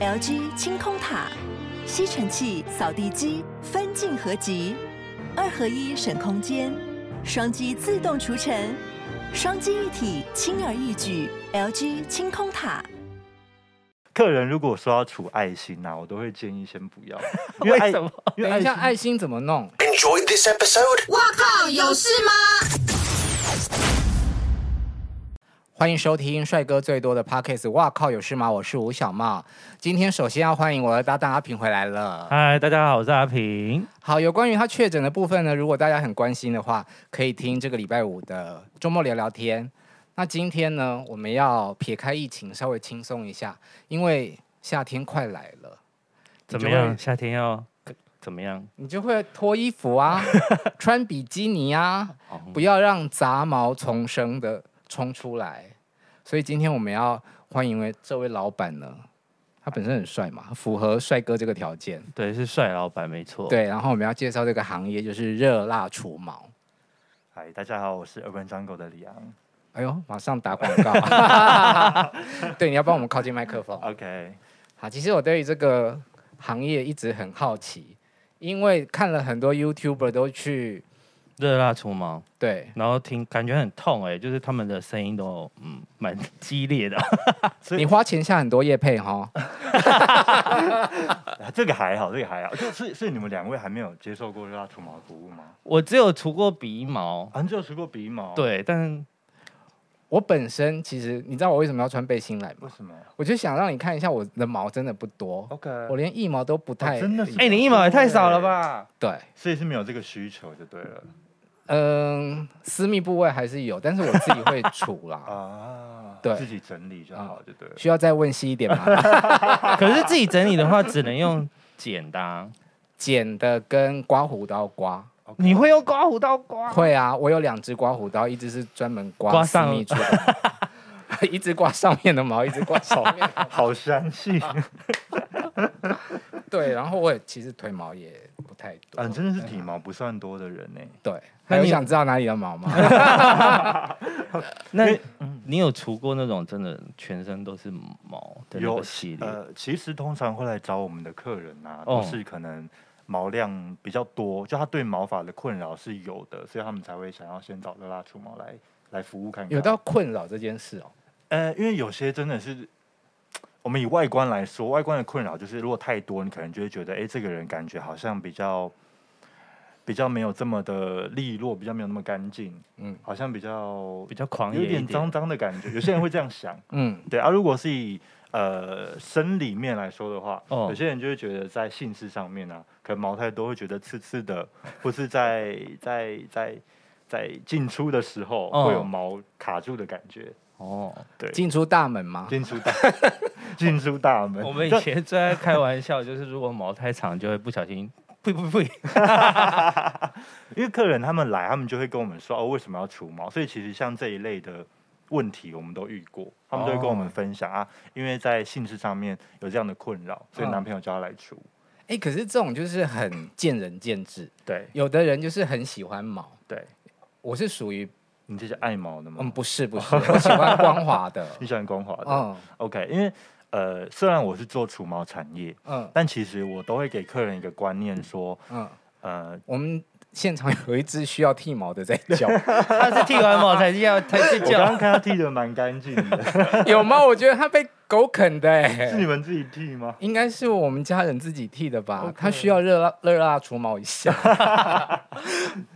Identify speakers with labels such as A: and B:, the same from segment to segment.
A: LG 清空塔、吸尘器、扫地机分镜合集，二合一省空间，双击自动除尘，双击一体轻而易举。LG 清空塔。
B: 客人如果说要除爱心啊呐、我都会建议先不 要，因
C: 为
B: 爱
C: 什么？
B: 因为
D: 等
B: 爱
D: 一下，哎
B: 心
D: 爱心怎么弄？
E: Enjoyed this episode?
D: 欢迎收听帅哥最多的 Pockets。哇靠，有事吗？我是吴小茂。今天首先要欢迎我的搭档阿平回来了。
C: 嗨，大家好，我是阿平。
D: 好，有关于他确诊的部分呢，如果大家很关心的话，可以听这个礼拜五的周末聊聊天。那今天呢，我们要撇开疫情，稍微轻松一下，因为夏天快来了，你
C: 怎么
D: 就会
C: 样？夏天要 怎么样？
D: 你就会脱衣服啊，穿比基尼啊，
C: 哦
D: 不要让杂毛丛生的冲出来。所以今天我们要欢迎为这位老板呢，他本身很帅嘛，符合帅哥这个条件。
C: 对，是帅老板，没错。，
D: 对，然后我们要介绍这个行业就是热辣除毛。
B: 嗨，大家好，我是 Urban Jungle 的李昂。
D: 哎呦，马上打广告。对，你要帮我们靠近麦克风。
B: OK，
D: 好，其实我对于这个行业一直很好奇，因为看了很多 YouTuber 都去
C: 热辣除毛，
D: 对
C: 然后听感觉很痛哎、就是他们的声音都嗯蛮激烈 的。
B: 对
D: 你花钱下很多业配哈。
B: 啊这个还好，这个还好，就是是你们两位还没有接受过热辣除毛的服务吗？
C: 我只有除过鼻毛，
B: 啊，你只有除过鼻毛？，
C: 对，但
D: 我本身其实你知道我为什么要穿背心来
B: 为
D: 吗？
B: 什么
D: 我就想让你看一下我的毛真的不多，
B: ？OK，
D: 我连一毛都不太、
B: 哦真的是
C: 哎、你一毛也太少了吧？
D: 对，
B: 所以是没有这个需求就对了
D: 嗯，私密部位还是有，但是我自己会除 啦，
B: 啊，
D: 对啊
B: 自己整理就好就对了。
D: 需要再问细一点 吗？
C: 可是自己整理的话，只能用剪的啊、
D: 剪的跟刮胡刀刮，
B: OK
C: 你会用刮胡刀刮？
D: 会啊，我有两只刮胡刀，一只是专门刮
C: 刮
D: 私
C: 上
D: 密处的 毛，一只刮上面的毛，一只刮下面 的。
B: 好啊详细
D: 对，然后我也其实腿毛也不太多，
B: 啊，你真的是体毛不算多的人欸呢。
D: 对。
C: 那
D: 还有
C: 你
D: 想知道哪里的毛吗？
C: 那你有除过那种真的全身都是毛的那个系列？
B: 呃，其实通常会来找我们的客人啊，
C: 哦
B: 都是可能毛量比较多，就他对毛发的困扰是有的，所以他们才会想要先找热拉除毛来来服务看看。
D: 有到困扰这件事哦。
B: 呃，因为有些真的是。我们以外观来说，外观的困扰就是，如果太多，你可能就会觉得，哎、这个人感觉好像比较比较没有这么的利落，比较没有那么干净，嗯
D: 嗯，
B: 好像比较
C: 比较狂野
B: 有
C: 一点
B: 点脏脏的感觉。有些人会这样想，
D: 嗯，
B: 对啊，如果是以呃生理面来说的话，
C: 哦
B: 有些人就会觉得在性事上面啊，可能毛太多会觉得刺刺的，或是在在在在进出的时候、
C: 哦
B: 会有毛卡住的感觉。
C: 哦。
B: 对，
D: 进出大门吗？
B: 进出大 进出大门，
C: 我们以
B: 这
C: 前最爱开玩笑，就是如果毛太长，就会不小心呸呸 呸。
B: 因为客人他们来，他们就会跟我们说哦，为什么要除毛？所以其实像这一类的问题，我们都遇过，他们都会跟我们
C: 哦
B: 分享、啊，因为在性事上面有这样的困扰，所以
C: 哦
D: 嗯
B: 男朋友叫他来除。
D: 哎、可是这种就是很见仁见智，
B: 对
D: 有的人就是很喜欢毛，
B: 对，
D: 我是属于
B: 你这是爱毛的吗？
D: 嗯不是不是，我喜欢光滑的，
B: 你喜欢 光滑的、
D: 嗯
B: o k 因为呃，虽然我是做除毛产业，
D: 嗯
B: 但其实我都会给客人一个观念说，
D: 嗯，
B: 呃，
D: 我们现场有一只需要剃 毛的在叫，
C: 他是剃完毛才要才去
B: 我刚
C: 叫
B: 刚，看他剃的蛮干净 的，
D: 有吗？我觉得它被狗啃的、
B: 是你
D: 欸，
B: 们自己剃吗？
D: 应该是我们家人自己剃的吧？它需要热辣热辣除毛 一下，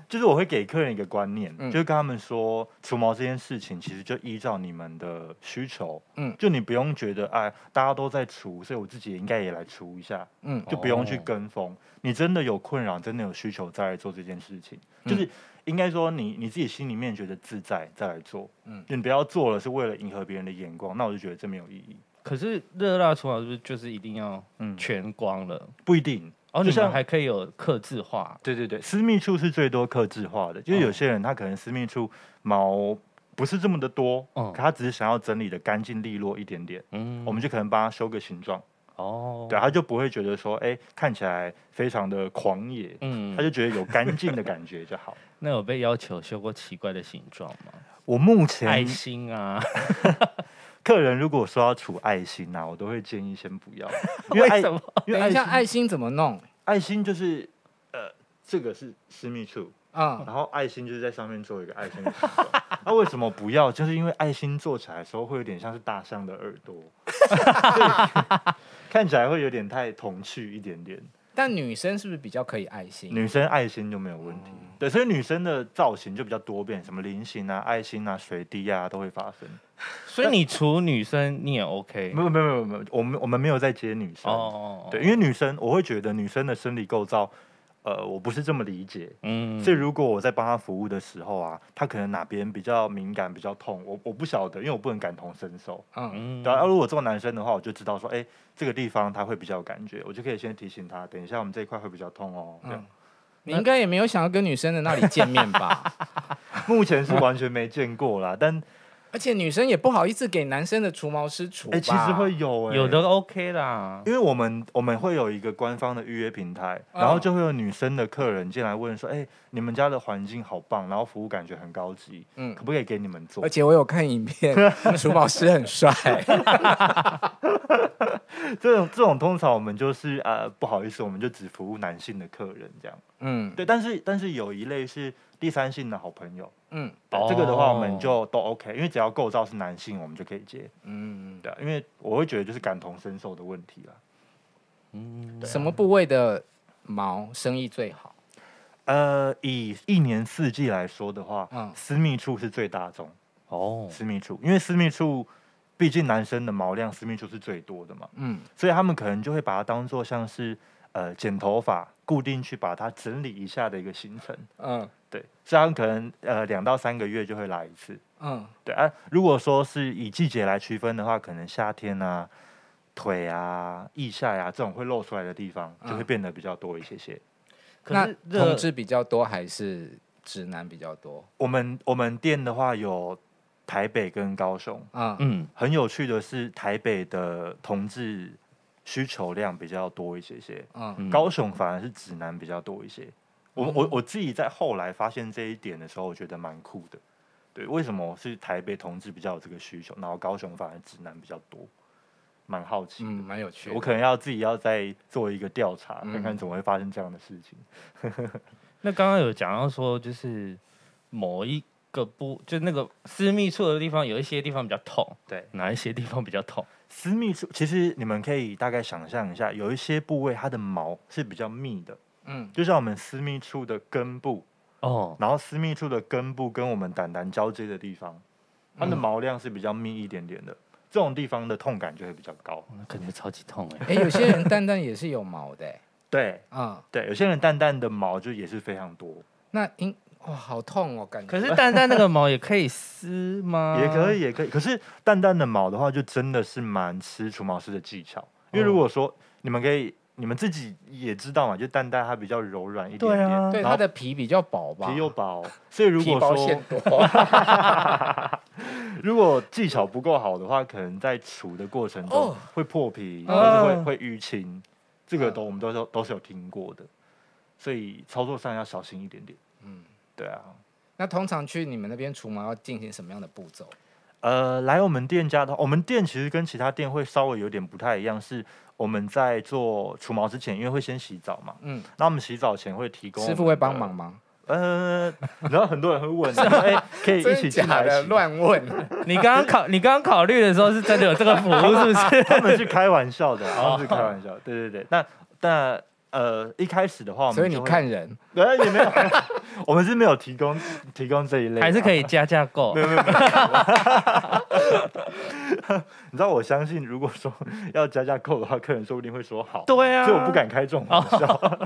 B: 就是我会给客人一个观念，
D: 嗯
B: 就是跟他们说，除毛这件事情其实就依照你们的需求，嗯
D: 嗯，
B: 就你不用觉得哎，大家都在除，所以我自己也应该也来除一下，
D: 嗯
B: 就不用去
C: 哦
B: 跟风。你真的有困扰，真的有需求再来做这件事情，就是应该说你你自己心里面觉得自在再来做，嗯你
D: 嗯，
B: 不要做了是为了迎合别人的眼光，那我就觉得这没有意义。
C: 可是热辣除毛是不是就是一定要
B: 嗯，
C: 全光了？
B: 不一定。
C: 哦，
B: 就
C: 你
B: 像
C: 们还可以有刻字化，
B: 对对对，私密处是最多克制化的，就是有些人他可能私密处毛不是这么的多，
C: 嗯
B: 可他只是想要整理的干净利落一点点，
C: 嗯
B: 我们就可能帮他修个形状，
C: 哦，
B: 对，他就不会觉得说，哎，看起来非常的狂野，
C: 嗯
B: 他，就觉得有干净的感觉就好。
C: 那有被要求修过奇怪的形状吗？
B: 我目
C: 爱
B: 前
C: 心啊，
B: 客人如果说要除爱心啊，我都会建议先不要，因
C: 为
B: 爱
C: 什么？
B: 因为爱
D: 等一下，
B: 心
D: 爱心怎么弄？
B: 爱心就是呃，这个是私密处，
D: 嗯，
B: 然后爱心就是在上面做一个爱心的形状。那、为什么不要？就是因为爱心做起来的时候会有点像是大象的耳朵，所以看起来会有点太童趣一点点。
D: 但女生是不是比较可以爱心？
B: 女生爱心就没有问题，对，所以女生的造型就比较多变，什么菱形啊、爱心啊、水滴啊都会发生。
C: 所以你除女生你也 OK
B: 没有没有没有没有，我们我们没有在接女生，
C: 哦，
B: 对，因为女生我会觉得女生的生理构造，呃，我不是这么理解，
C: 嗯
B: 所以如果我在帮他服务的时候啊，他可能哪边比较敏感、比较痛，我我不晓得，因为我不能感同身受。
D: 嗯，
C: 嗯
B: 对啊，如果做男生的话，我就知道说，哎、这个地方他会比较有感觉，我就可以先提醒他，等一下我们这一块会比较痛哦。这样，
D: 你应该也没有想要跟女生的那里见面吧？
C: 嗯
B: 目前是完全没见过啦，但
D: 而且女生也不好意思给男生的除毛师除吧？
B: 哎、其实会有哎、
C: 有的 OK 啦
B: 因，为我们我们会有一个官方的预约平台，
D: 嗯
B: 然后就会有女生的客人进来问说：“哎、你们家的环境好棒，然后服务感觉很高级，
D: 嗯
B: 可不可以给你们做
D: 而且我有看 影片，除毛师很帅。？”
B: 这种这种通常我们就是呃不好意思，我们就只服务男性的客人这样。
D: 嗯
B: 对，但是但是有一类是第三性的好朋友，
D: 嗯
B: 对这个的话
C: 哦
B: 我们就都 OK，因为只要构造是男性，我们就可以接。
D: 嗯，
B: 对啊、因为我会觉得就是感同身受的问题啦。
C: 嗯，
B: 啊
D: 什么部位的毛生意最好？
B: 呃，以一年四季来说的话，
D: 嗯
B: 私密处是最大众。
C: 哦，
B: 私密处，因为私密处毕竟男生的毛量私密处是最多的嘛，
D: 嗯
B: 所以他们可能就会把它当做像是呃剪头发固定去把它整理一下的一个行程，
D: 嗯
B: 对，所以他们可能呃两到三个月就会来一次，
D: 嗯
B: 对啊。如果说是以季节来区分的话，可能夏天啊。腿啊、腋下呀、这种会露出来的地方，就会
D: 嗯
B: 变得比较多一些些。
C: 可
D: 那
C: 是
D: 同
C: 热
D: 志比较多还是直男比较多？
B: 我们我们店的话有台北跟高雄，
D: 啊、嗯，
C: 嗯
B: 很有趣的是，台北的同志需求量比较多一些些，
D: 嗯
C: 嗯
B: 高雄反而是直男比较多一些。我我我自己在后来发现这一点的时候，我觉得蛮酷的。对，为什么是台北同志比较有这个需求，然后高雄反而直男比较多？蛮好奇
D: 嗯，
B: 的。
D: 蛮有趣的。
B: 我可能要自己要再做一个调查，
D: 嗯
B: 看看怎么会发生这样的事情。
C: 那刚刚有讲到说，就是某一个部，就那个私密处的地方，有一些地方比较痛，
B: 对，
C: 哪一些地方比较痛？
B: 私密处其实你们可以大概想象一下，有一些部位它的毛是比较密的，
D: 嗯
B: 就像我们私密处的根部，
C: 哦，
B: 然后私密处的根部跟我们胆囊交接的地方，它的毛量是比较密一点点的，这种地方的痛感就会比较高。
C: 那感觉超级痛哎、
D: 哎、有些人蛋蛋也是有毛的、欸。
B: 对
D: 啊、
B: 对，有些人蛋蛋的毛就也是非常多，
D: 那应哇，好痛哦，感觉。
C: 可是蛋蛋那个毛也可以撕吗？
B: 也可以，也可以。可是蛋蛋的毛的话，就真的是蛮吃除毛师的技巧，因为如果说你们可以，你们自己也知道嘛，就蛋蛋它比较柔软一点
C: 对
B: 点，
C: 啊
D: 对
B: 然
D: 它
B: 后
D: 的皮比较薄吧？
B: 皮又薄，所以如
D: 皮
B: 果
D: 包
B: 说
D: 馅多。
B: 如果技巧不够好的话，可能在除的过程中
D: 哦
B: 会破皮，或
C: 啊
B: 者会会淤青，这个都
D: 啊
B: 我们都是都是有听过的，所以操作上要小心一点点。
D: 嗯，
B: 对啊，
D: 那通常去你们那边除毛要进行什么样的步骤？
B: 呃，来我们店家的话，我们店其实跟其他店会稍微有点不太一样，是我们在做除毛之前，因为会先洗澡嘛，
D: 嗯，
B: 那我们洗澡前会提供
D: 师傅
B: 我们
D: 会
B: 的
D: 帮忙，吗？
B: 呃，然后很多人会问， 说哎，可以一
D: 真
B: 起
D: 的
B: 进
D: 假
B: 来
D: 的？
B: 洗
D: 乱问。
C: 你刚刚考，你刚刚考虑的时候是真的有这个服务是不是？
B: 他们是开玩笑的，他们是开玩笑。对对对，那那呃，一开始的话，我们
D: 所以你
B: 就会，
D: 看人，
B: 呃，也没有， 我们是没有提供提供这一类的，
C: 还是可
B: 以。
C: 以加价购
B: 没？有没有没有你知道，我相信如果说要加价购的话，客人说不定会说好，
C: 对啊，
B: 所以我不敢开这种玩笑。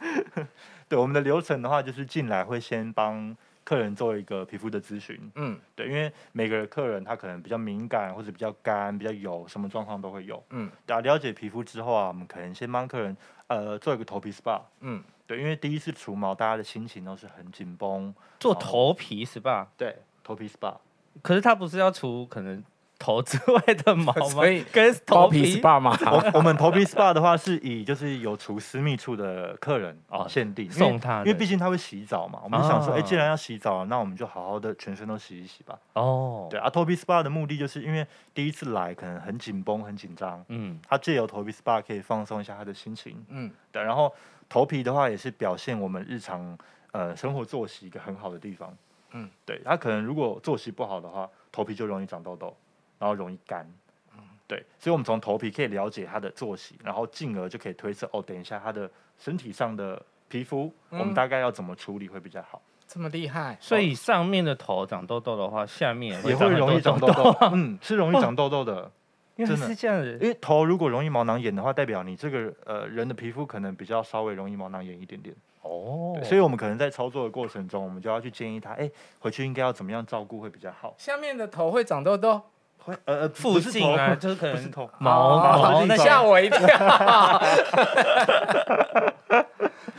B: 对，我们的流程的话，就是进来会先帮客人做一个皮肤的咨询，
D: 嗯
B: 对，因为每个客人他可能比较敏感，或者比较干、比较油，什么状况都会有。
D: 嗯
B: 对啊，了解皮肤之后啊，我们可能先帮客人呃做一个头皮 SPA。
D: 嗯，
B: 对，因为第一次除毛，大家的心情都是很紧绷。
C: 做头皮 SPA，
B: 对，头皮 SPA。
C: 可是它不是要除可能头之外的毛吗
D: 所以？
C: 跟
D: 包
C: 头
D: 皮
C: 皮
D: SPA 嘛，
B: 我我们头皮 SPA 的话，是以就是有除私密处的客人
C: 哦
B: 限定因为
C: 送他
B: 因
C: 的
B: 为毕竟他会洗澡嘛。我们就想说，
C: 啊
B: 哎、既然要洗澡，那我们就好好的全身都洗一洗吧。
C: 哦，
B: 对，啊，头皮 SPA 的目的就是因为第一次来可能很紧绷、很紧张，
C: 嗯，
B: 他借由头皮 SPA 可以放松一下他的心情。
D: 嗯，
B: 对，然后头皮的话也是表现我们日常呃生活作息一个很好的地方。
D: 嗯，
B: 对，它可能如果作息不好的话，头皮就容易长痘痘，然后容易干。对，所以我们从头皮可以了解它的作息，然后进而就可以推测哦，等一下它的身体上的皮肤，我们
D: 嗯
B: 大概要怎么处理会比较好，
D: 这么厉害，哦
C: 所以上面的头长痘痘的话，下面
B: 也
C: 也
B: 会
C: 会
B: 容易
C: 长
B: 长
C: 很
B: 痘
C: 多痘，
B: 痘。嗯，是容易长痘痘的，
C: 因为
B: 真的
C: 是这样子
B: 因为头如果容易毛囊炎的话，代表你这个呃人的皮肤可能比较稍微容易毛囊炎一点点。
C: 哦
B: 对，所以我们可能在操作的过程中，我们就要去建议他，哎、回去应该要怎么样照顾会比较好。
D: 下面的头会长痘痘，
B: 会呃呃，
C: 附近啊，就是可
B: 不是
C: 能
B: 头，
C: 毛
D: 哦
C: 毛那
D: 吓
C: 下
D: 我一跳，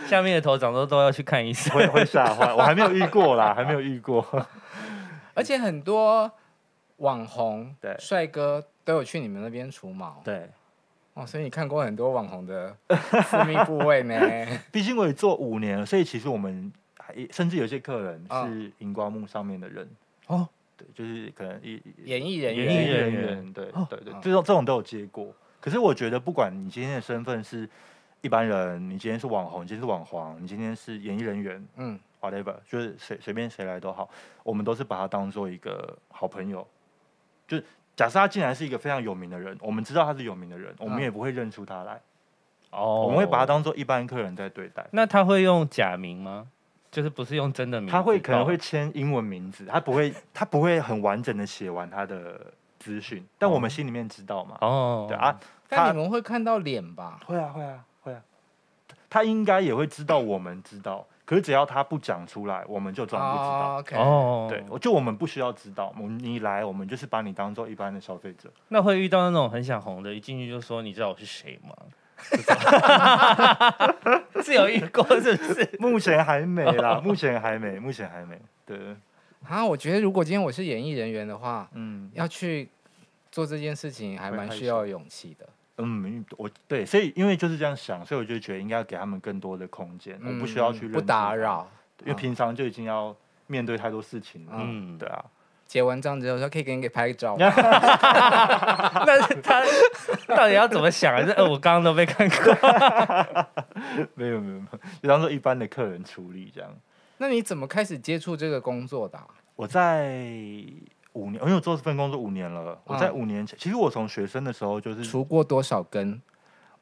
C: 下面的头长痘痘要去看医生。
B: 会 会吓坏，我还没有遇过啦，还没有遇过。
D: 而且很多网红、
B: 对
D: 帅哥都有去你们那边除毛
C: 对，
D: 哦，所以你看过很多网红的私密部 位呢。
B: 毕竟我也做五年了，所以其实我们还甚至有些客人
D: 啊
B: 是荧光幕上面的人，
D: 哦，
B: 对，就是可能一
D: 演艺人
C: 演
B: 演艺
C: 艺
D: 员，
B: 人
C: 人
B: 员，对
C: 哦
B: 对对
D: 啊，
B: 这种这种都有接过。可是我觉得，不管你今天的身份是一般人，你今天是网红，你今天是网黄，你今天是演艺人员，
D: 嗯，
B: whatever，就是随随便谁来都好，我们都是把他当做一个好朋友。就是假设他竟然是一个非常有名的人，我们知道他是有名的人，我们
D: 嗯
B: 也不会认出他来，
C: 哦
B: 我们会把他当做一般客人在对待。
C: 那他会用假名吗？就是不是用真
D: 嗯
C: 的名字报？
B: 他会可能会签英文名字，他不会他不会很完整的写完他的资讯，但我们心里面知道嘛。
C: 哦，
B: 对啊，，
D: 哦但
B: 他
D: 你们会看到脸吧？
B: 会啊会啊会啊，他应该也会知道我们知道，可是只要他不讲出来，我们就装不知道。
D: 哦 OK，
C: 哦，
B: 对，我就我们不需要知道，我们你来，我们就是把你当做一般的消费者。
C: 那会遇到那种很想红的，一进去就说你知道我是谁吗？ 这种是有遇过是不是？
B: 目前还没啦， 目前还没，目前还没。对，
D: 啊，我觉得如果今天我是演艺人员的话，
B: 嗯
D: 要去做这件事情，还
B: 会
D: 蛮
B: 害
D: 需要
B: 羞
D: 勇气的。
B: 嗯，我对，所以因为就是这样想，所以我就觉得应该要给他们更多的空间，我不需要
D: 嗯
B: 去认
D: 不
B: 识
D: 打
B: 他，
D: 扰。嗯
B: 因为平常就已经要面对太多事情了。嗯，
C: 嗯，
B: 对啊，
D: 结完账之后说可以给你给拍个照吗，
C: 那他到底要怎么想啊？这呃，我刚刚都被看过。
B: 没有没有没有，就当做一般的客人处理这样。
D: 那你怎么开始接触这个工作的啊、
B: 我在五年，因为我做这份工作五年了，我在
D: 嗯
B: 五年前，其实我从学生的时候就是
D: 除过多少根？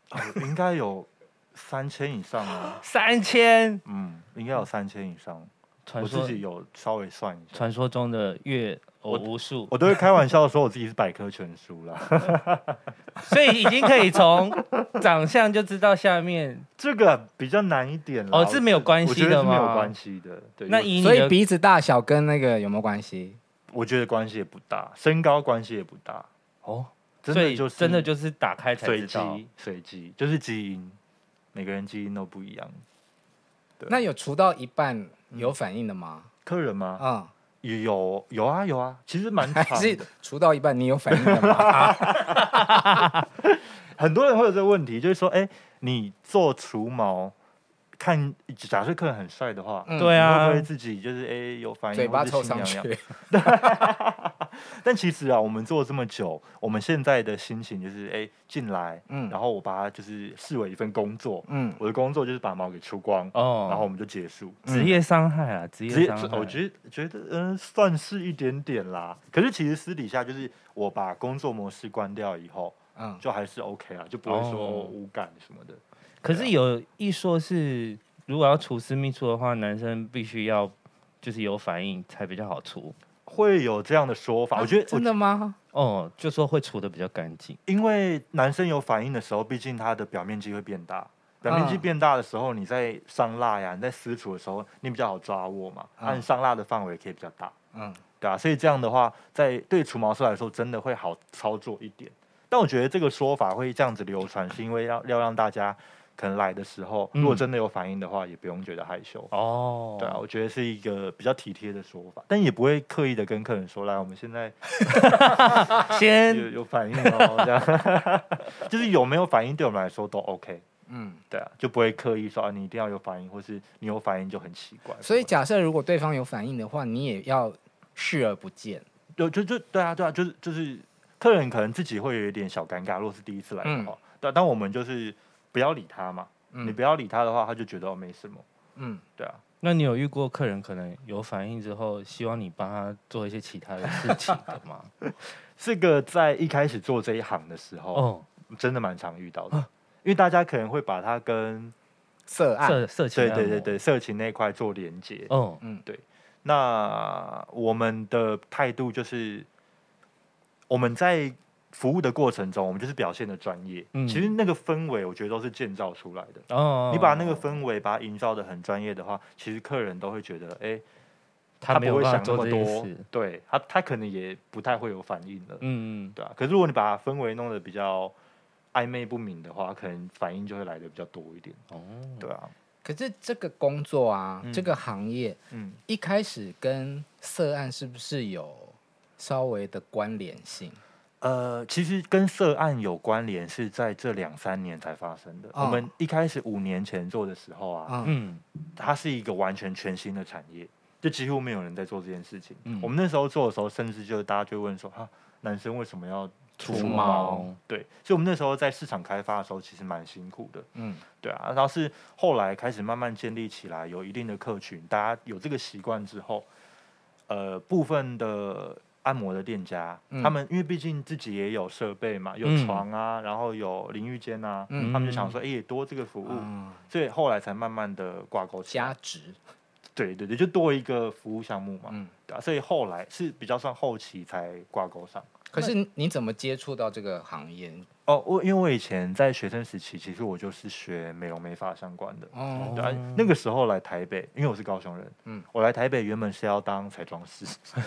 B: 呃应该有三千以上啊。
C: 三千，
B: 嗯，应该有三千以上，
C: 传
B: 我自
C: 说
B: 己有稍微算一下，
C: 传说中的月偶
B: 我
C: 无数，
B: 我都会开玩笑说我自己是百科全书啦。
C: 所以已经可以从长相就知道下 面
B: 这个比较难一点啦
C: 哦是没有关
B: 我
C: 系
B: 觉得
C: 的
B: 是没有
C: 吗
B: 关系的。对，
C: 那
B: 我
C: 以你
D: 所以
C: 的
D: 鼻子大小跟那个有没有关系？
B: 我觉得关系也不大，身高关系也不大，
C: 哦，
B: 真
C: 所
B: 的
C: 以
B: 就是
C: 真的就是打开才
B: 随
C: 知道
B: 机，随机就是基因，每个人基因都不一样。对嗯
D: 那有除到一半有反应的吗？
B: 客人
C: 啊
B: 吗？
D: 嗯，
B: 有有啊有啊，其实 蛮
D: 还
B: 长
D: 是
B: 的。
D: 除到一半你有反应的吗？
B: 很多人会有这个问题，就是说，哎、你做除毛，看假设客人很帅的话，
D: 嗯
C: 对
B: 你会
C: 啊
B: 不会，自己就是哎、诶有 反应，
D: 嘴巴
B: 或是
D: 凑
B: 心
D: 上
B: 痒痒
D: 去，
B: 但其实啊，我们做了这么久，我们现在的心情就是哎进、来，
D: 嗯
B: 然后我把它就是视为一份工作，
D: 嗯，
B: 我的工作就是把毛给除光，
C: 哦，
B: 然后我们就结束。嗯
C: 职业伤害啊，职
B: 职业
C: 业伤害，，
B: 我觉得觉得嗯、算是一点点啦。可是其实私底下就是我把工作模式关掉以后，
D: 嗯，
B: 就还是 OK 啊，就不会说
C: 哦
B: 无感什么的。
C: 可是有一说是，如果要除私密处的话，男生必须要就是有反应才比较好除。
B: 会有这样的说
C: 啊
B: 法。我觉得，我
D: 真的吗？
C: 哦，就说会除的比较干净。
B: 因为男生有反应的时候，毕竟他的表面积会变大。表面积
D: 嗯
B: 变大的时候，你在上蜡呀，你在私处的时候，你比较好抓握嘛，按、
D: 嗯
B: 上蜡的范围可以比较大，
D: 嗯，
B: 对啊，所以这样的话，在对除毛师来说，真的会好操作一点。但我觉得这个说法会这样子流传，是因为要要让大家可能来的时候，
C: 嗯
B: 如果真的有反应的话，也不用觉得害羞。
C: 哦，
B: 对啊，我觉得是一个比较体贴的说法，但也不会刻意的跟客人说，来，我们现在啊有
C: 先
B: 有反应哦，这样，就是有没有反应对我们来说都 OK。
D: 嗯，
B: 对啊，就不会刻意说啊，你一定要有反应，或是你有反应就很奇怪。
D: 所以假设如果对方有反应的话，你也要视而不见。
B: 就就就对啊，对啊，就是就是客人可能自己会有一点小尴尬，如果是第一次来的话，对、啊，但我们就是不要理他嘛，你
D: 嗯
B: 不要理他的话，他就觉得哦没什么，
D: 嗯，
B: 对啊，
C: 那你有遇过客人可能有反应之后，希望你帮他做一些其他的事情的 吗？
B: 这个在一开始做这一行的时候，
C: 哦，
B: 真的蛮常遇到的，因为大家可能会把它跟
D: 色案，
C: 色色情，
B: 啊
C: 啊
B: 对对对对，色情那一块做连接。
C: 哦，
B: 那我们的态度就是，我们在服务的过程中，我们就是表现的专业。
C: 嗯
B: 其实那个氛围，我觉得都是建造出来的。
C: 哦，
B: 你把那个氛围把它营造的很专业的话，其实客人都会觉得，哎、
C: 他没
B: 不
C: 有
B: 会
C: 办法
B: 想那
C: 做
B: 么
C: 这件
B: 多
C: 事，，
B: 对他他可能也不太会有反应了，
C: 嗯嗯，
B: 对啊。可是如果你把氛围弄得比较暧昧不明的话，可能反应就会来的比较多一点，
C: 哦，
B: 对啊，
D: 可是这个工作啊，
B: 嗯
D: 这个行业
B: 嗯。
D: 一开始跟色案是不是有稍微的关联性？
B: 呃，其实跟涉案有关联是在这两三年才发生的。我
D: 哦
B: 们一开始五年前做的时候啊，
D: 啊、嗯，
C: 嗯
B: 它是一个完全全新的产业，就几乎没有人在做这件事情。
C: 嗯
B: 我们那时候做的时候，甚至就是大家就会问说，哈，男生为什么要除
C: 除
B: 毛
C: 毛？
B: 对，所以我们那时候在市场开发的时候，其实蛮辛苦的。
D: 嗯，
B: 对啊，然后是后来开始慢慢建立起来，有一定的客群，大家有这个习惯之后，呃，部分的按摩的店家，
D: 嗯
B: 他们因为毕竟自己也有设备嘛，有
C: 嗯
B: 床啊，然后有淋浴间啊，
D: 嗯
B: 他们就想说，哎、也多这个服务，
D: 嗯
B: 所以后来才慢慢的挂钩起
D: 价
B: 来。
D: 值，
B: 对对对，就多一个服务项目嘛，
D: 嗯。
B: 对啊，所以后来是比较算后期才挂钩上。
D: 可是你怎么接触到这个行业？
B: 哦，我因为我以前在学生时期，其实我就是学美容美发相关的，
D: 哦，
B: 对、啊，那个时候来台北，因为我是高雄人，
D: 嗯
B: 我来台北原本是要当彩妆师，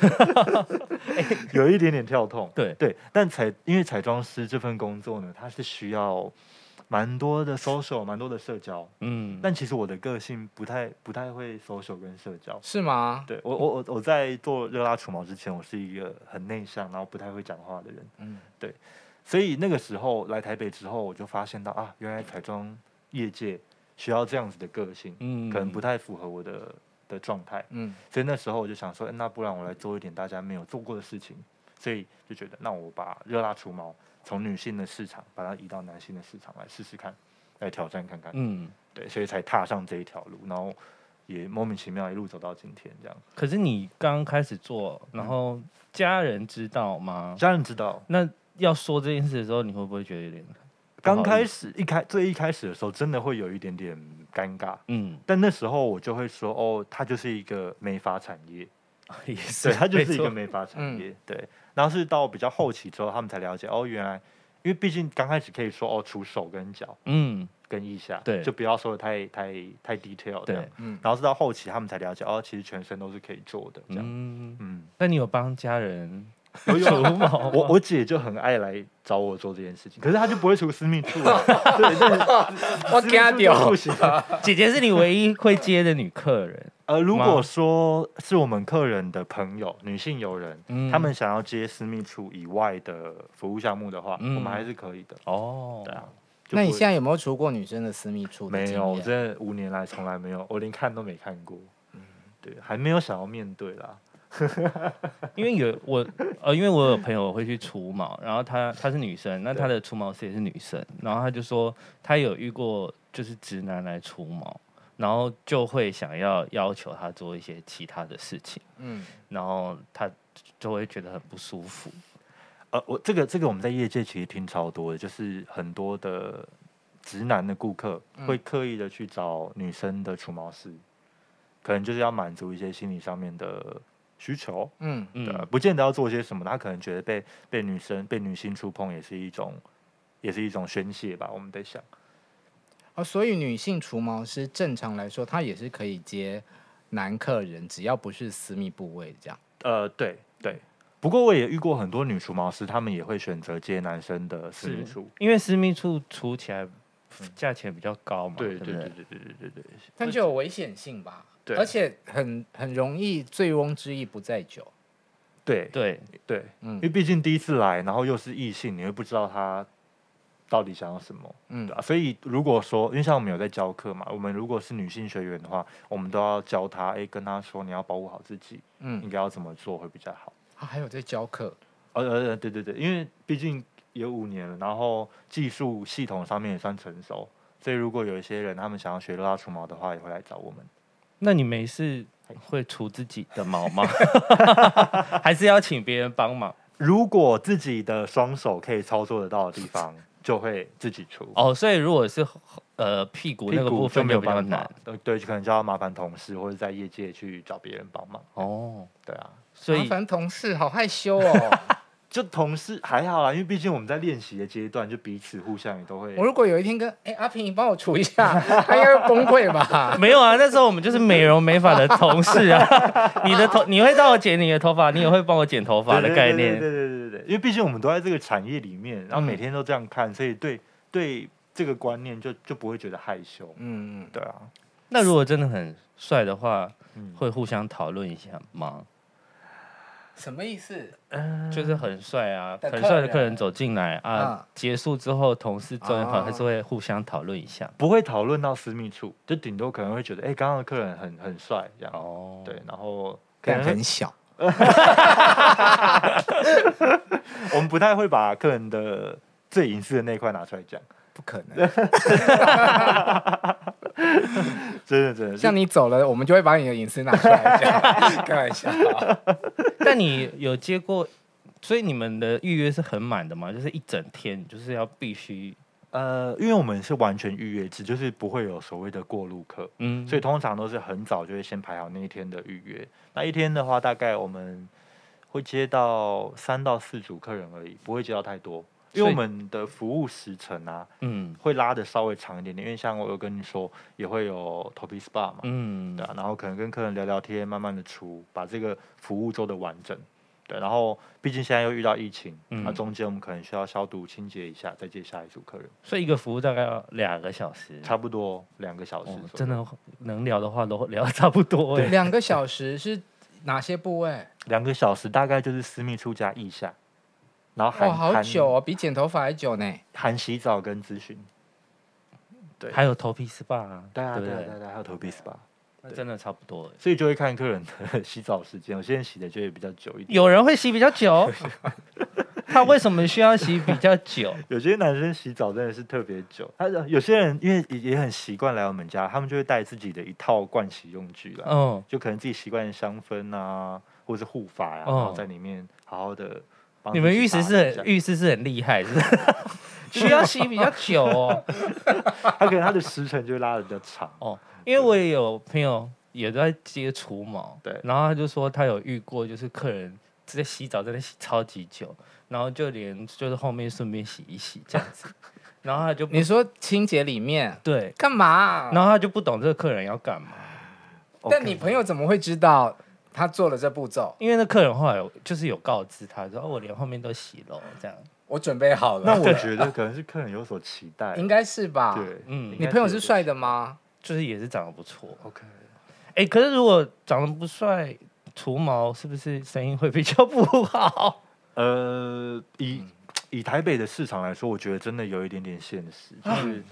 B: 有一点点跳痛，
C: 对
B: 对，但彩因为彩妆师这份工作呢，它是需要蛮多的 social，蛮多的社交，
C: 嗯，
B: 但其实我的个性不太不太会 social 跟社交。
D: 是吗？
B: 对我我我我在做热拉除毛之前，我是一个很内向，然后不太会讲话的人，
D: 嗯，
B: 所以那个时候来台北之后，我就发现到啊，原来彩妆业界需要这样子的个性，
C: 嗯
B: 可能不太符合我的的状态，
D: 嗯，
B: 所以那时候我就想说，诶哎那不然我来做一点大家没有做过的事情，所以就觉得那我把热辣除毛从女性的市场把它移到男性的市场来试试看，来挑战看看，
C: 嗯，
B: 对，所以才踏上这一条路，然后也莫名其妙一路走到今天这样。
C: 可是你刚开始做，
B: 嗯
C: 然后家人知道吗？
B: 家人知道，
C: 那要说这件事的时候，你会不会觉得有点？
B: 刚开始一开最一开始的时候，真的会有一点点尴尬。
C: 嗯，
B: 但那时候我就会说，哦，它就是一个美发产业，
C: 也是，
B: 对，它就是一个
C: 没
B: 美发产
D: 嗯
B: 业，对。然后是到比较后期之后，他们才了解，哦，原来，因为毕竟刚开始可以说，哦，除手跟脚
C: 错，嗯，
B: 跟腋下，
C: 对
B: 就不要说的太太太 detail 这样
C: 对。，
D: 嗯
B: 然后是到后期他们才了解，哦，其实全身都是可以做的这样。
C: 嗯，
B: 嗯，
C: 那你有帮家人
B: 我有
C: 除毛？
B: 我我姐就很爱来找我做这件事情，可是她就不会除私密处 啊，对，但是
D: 我
B: 私密
D: 惊
B: 处就
D: 掉
B: 不，行。啊
C: 姐姐是你唯一会接的女客人，
B: 呃，如
C: 吗
B: 果说是我们客人的朋友，女性友人，
C: 嗯
B: 他们想要接私密处以外的服务项目的话，
C: 嗯
B: 我们还是可以的。
C: 哦，
B: 对啊，，就
D: 那
B: 不
D: 你
B: 会
D: 现在有没有除过女生的私密处的
B: 没
D: 经
B: 有？我
D: 验
B: 这五年来从来没有，我连看都没看过。嗯对，还没有想要面对啦。
C: 因为有我呃，因为我有朋友会去除毛，然后她她是女生，那她的除毛师也是女生，然后她就说她有遇过就是直男来除毛，然后就会想要要求她做一些其他的事情，
D: 嗯，
C: 然后她就会觉得很不舒服。
B: 呃，我这个这个我们在业界其实听超多的，就是很多的直男的顾客
D: 嗯
B: 会刻意的去找女生的除毛师，可能就是要满足一些心理上面的需求。
D: 嗯
C: 嗯
B: 对啊、不见得要做些什么，他可能觉得被被女生被女性触碰也是一种，也是一种宣泄吧。我们在想，
D: 哦，所以女性除毛师正常来说，她也是可以接男客人，只要不是私密部位这样。
B: 呃，对对。不过我也遇过很多女除毛师，他们也会选择接男生的私密
C: 是
B: 处，
C: 因为私密处除起来价钱比较高嘛，
B: 嗯对
C: 不
B: 对对对对对对对，
D: 但就有危险性吧。
B: 对
D: 而且很很容易醉翁之意不在酒。
B: 对
C: 对，
B: 对，
D: 嗯
B: 因为毕竟第一次来，然后又是异性，你会不知道他到底想要什么，
D: 嗯
B: 对啊，所以如果说，因为像我们有在教课嘛，我们如果是女性学员的话，我们都要教她，哎，跟她说你要保护好自己，应
D: 嗯，
B: 该要怎么做会比较好。
D: 他还有在教课，
B: 呃呃，呃对对对，因为毕竟有五年了，然后技术系统上面也算成熟，所以如果有一些人他们想要学拉除毛的话，也会来找我们。
C: 那你没事会除自己的毛 吗？还是要请别人帮忙？
B: 如果自己的双手可以操作得到的地方，就会自己除。
C: 哦，所以如果是呃屁股
B: 屁
C: 那个部
B: 股就
C: 分
B: 没
C: 就
B: 有
C: 比较
B: 办
C: 难
B: 法，对对，可能就要麻烦同事或者在业界去找别人帮忙。
C: 哦，
B: 对啊，
C: 所
D: 麻
C: 以
D: 烦同事好害羞哦。
B: 就同事还好啦，因为毕竟我们在练习的阶段，就彼此互相也都会
D: 我。如果有一天跟哎、阿平，你帮我除一下，他应该会崩 溃吧？
C: 没有啊，那时候我们就是美容美发的同事 啊，你的头你会帮我剪你的头发，你也会帮我剪头发的
B: 对
C: 概
B: 对对
C: 念，
B: 对对对对对，因为毕竟我们都在这个产业里面，然后每天都这样看，所以对对这个观念就就不会觉得害羞。
D: 嗯，
B: 对啊，
C: 那如果真的很帅的话，
B: 嗯，
C: 会互相讨论一下吗？
D: 什么意思？
C: 就是很帅啊，
D: 的
C: 很
D: 客
C: 帅的客
D: 人
C: 人走进来啊
D: 啊，
C: 结束之后同事中也
D: 啊
C: 好，还是会互相讨论一下。
B: 不会讨论到私密处，就顶多可能会觉得，哎、刚刚的客人很很帅这样。
C: 哦，
B: 对，啊然后可
D: 但
B: 能
D: 很小，
B: 我们不太会把客人的最隐私的那一块拿出来讲，
D: 不可能。
B: 真的真的。
D: 像你走了，我们就会把你的隐私拿出来讲。开玩笑，
C: 但你有接过，所以你们的预约是很满的嘛？就是一整天，就是要必须，
B: 呃，因为我们是完全预约制，就是不会有所谓的过路客，
C: 嗯，
B: 所以通常都是很早就会先排好那一天的预约。那一天的话，大概我们会接到三到四组客人而已，不会接到太多，因
C: 所
B: 为
C: 以
B: 我们的服务时程啊
C: 嗯
B: 会拉的稍微长一点点，因为像我有跟你说，也会有头皮 SPA 嘛，
C: 嗯
B: 对、啊，然后可能跟客人聊聊天，慢慢的出，把这个服务做的完整。对，然后毕竟现在又遇到疫情，那、
C: 嗯
B: 中间我们可能需要消毒清洁一下，再接下一组客人，
C: 所以一个服务大概要两个小时，
B: 差不多两个小时
C: 嗯哦
B: 左右、
C: 真的能聊的话都聊差不多哎、
D: 哦两个小时是哪些 部位？
B: 两个小时，大概就是私密处加腋下，然后含、
D: 哇，好
B: 含
D: 久哦，比剪头发还久呢。
B: 含洗澡跟咨询。对
C: 还有头皮 SPA，、啊、
B: 对啊，
C: 对不
B: 对啊，
C: 对？
B: 对啊，还有头皮 SPA，
C: 那真的差不多哎。
B: 所以就会看客人的洗澡时间，有些人洗的就会比较久一点，
C: 有人会洗比较久， 他为什么需要洗比较久？
B: 有些男生洗澡真的是特别久，他有些人因为也也很习惯来我们家，他们就会带自己的一套盥洗用具啦，
C: 嗯，
B: 就可能自己习惯香氛啊，或者是护发呀、
C: 哦
B: 然后在里面好好的。
C: 你们浴室是很
B: 浴，
C: 浴室是很厉害，是不是需要洗比较久哦。
B: 他可能他的时辰就会拉的比较长，
C: 哦，因为我也有朋友也在接除毛，
B: 对
C: 然后他就说他有遇过，就是客人在洗澡在那洗超级久，然后就连就是后面顺便洗一洗这样 子，然后他就不
D: 你说清洁里面
C: 对，
D: 干嘛啊、
C: 然后他就不懂这个客人要干嘛，
D: 但你朋友怎么会知道他做了这步骤？
C: 因为那客人后来有就是有告知他说哦，我连后面都洗了这样，
D: 我准备好
B: 那
D: 了，
B: 我觉得可能是客人有所期待，
D: 应该是吧？
B: 对，
C: 嗯
B: 应该
D: 你朋友
B: 有
D: 是
B: 所
D: 帅的吗？
C: 就是也是长得不错，
B: ，OK，
C: 哎，可是如果长得不帅，除毛是不是声音会比较不好？
B: 呃，以
C: 嗯
B: 以台北的市场来说，我觉得真的有一点点现实，
C: 啊
B: 就是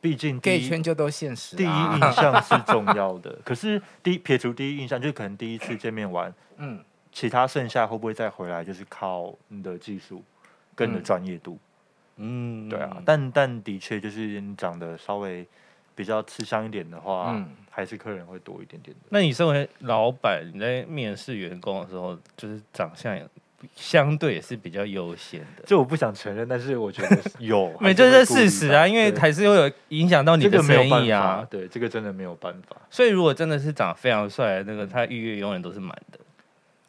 B: 毕竟第
D: gay
B: 一
D: 圈就都现实、啊。
B: 第一印象是重要的，可是第一撇除第一印象，就是可能第一次见面完，
D: 嗯，
B: 其他剩下会不会再回来，就是靠你的技术跟你的
D: 嗯
B: 专业度。
C: 嗯，
B: 对啊，但但的确就是你长得稍微比较吃香一点的话，
D: 嗯
B: 还是客人会多一点点的。
C: 那你身为老板，你在面试员工的时候，就是长相也相对也是比较优先的，
B: 这我不想承认，但是我觉得 是有，
C: 没
B: 还
C: 这
B: 会
C: 是
B: 故意
C: 事实
B: 的
C: 啊，因为
B: 对
C: 还是会有影响到你
B: 这
C: 的
B: 个没有
C: 生
B: 办
C: 意
B: 法
C: 啊。，
B: 对，这个真的没有办法，
C: 所以如果真的是长得非常帅，那个他预约永远都是满的。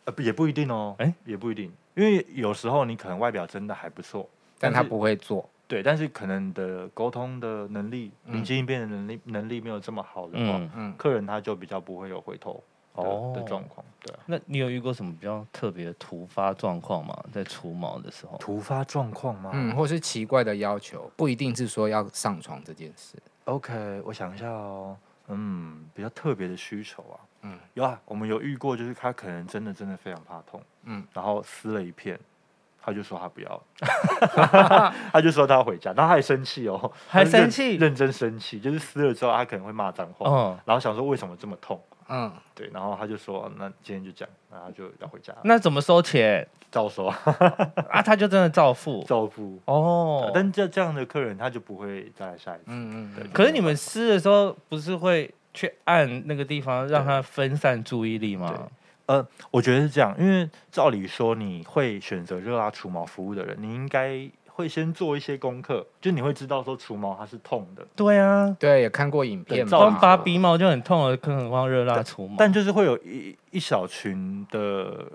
B: 呃，不也不一定哦，
C: 哎
B: 也不一定，因为有时候你可能外表真的还不错，
D: 但
B: 但
D: 他
B: 是
D: 不会做。
B: 对，但是可能你的沟通的能力、
D: 嗯
B: 临机应变的能力能力没有这么好的话，
C: 嗯，
D: 嗯，
B: 客人他就比较不会有回头。的、的
C: 哦
B: 状况。对啊，
C: 那你有遇过什么比较特别的突发状况吗？在除毛的时候？
B: 突发状况吗？
D: 嗯，或是奇怪的要求，不一定是说要上床这件事。
B: OK，我想一下哦，嗯，比较特别的需求啊，
D: 嗯
B: 嗯，有啊，我们有遇过，就是他可能真的真的非常怕痛，
D: 嗯
B: 嗯，然后撕了一片，他就说他不 要，他就说他要回家，然后他还生气哦，
C: 还
B: 他认
C: 生气
B: 认真生气，就是撕了之后他可能会骂脏话，
C: 嗯，
B: 然后想说为什么这么痛，
D: 嗯，
B: 对，然后他就说哦那今天就这样，然后他就要回家，
C: 那怎么收钱
B: 照说啊
C: 啊？他就真的照付
B: 照付，
C: 哦。
B: 但这这样的客人他就不会再来下一次，
D: 嗯嗯
B: 对
D: 嗯，
C: 可是你们撕的时候不是会去按那个地方让他分散注意力吗？
B: 呃，我觉得是这样，因为照理说你会选择热拉除毛服务的人，你应该会先做一些功课，就你会知道说除毛它是痛的，
D: 嗯
C: 对啊，
D: 对，也看过影片
B: 对
D: 嘛，
B: 照
C: 光
B: 理
C: 拔
B: 说
C: 鼻毛就很痛了，更何况热辣除毛？
B: 但就是会有一一小群的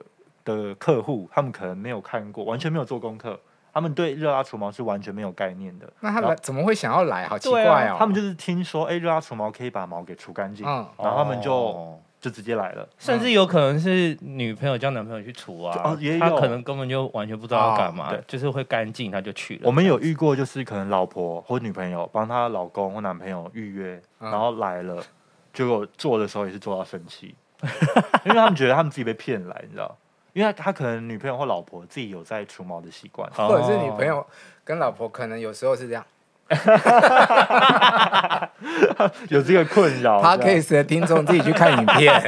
B: 的客户，他们可能没有看过，完全没有做功课，他们对热拉除毛是完全没有概念的。
D: 那他
B: 然
D: 来
B: 后
D: 怎么会想要来？好奇
C: 对啊
D: 怪哦。
B: 他们就是听说，哎、热拉除毛可以把毛给除干净，
D: 嗯
B: 然后他们就、
C: 哦
B: 就直接来了。
C: 甚至有可能是女朋友叫男朋友去除啊，
B: 哦也有
C: 他可能根本就完全不知道要干嘛，
B: 哦对
C: 就是会干净他就去了。
B: 我们有遇过，就是可能老婆或女朋友帮她老公或男朋友预约，
D: 嗯
B: 然后来了，结果做的时候也是做到生 气，因为他们觉得他们自己被骗来，你知道？因为他他可能女朋友或老婆自己有在除毛的习惯，
C: 哦
D: 或者是女朋友跟老婆，可能有时候是这样。
B: 有这个困扰。
D: 他
B: 这
D: 可
B: 样
D: 以的听众自己去看影片。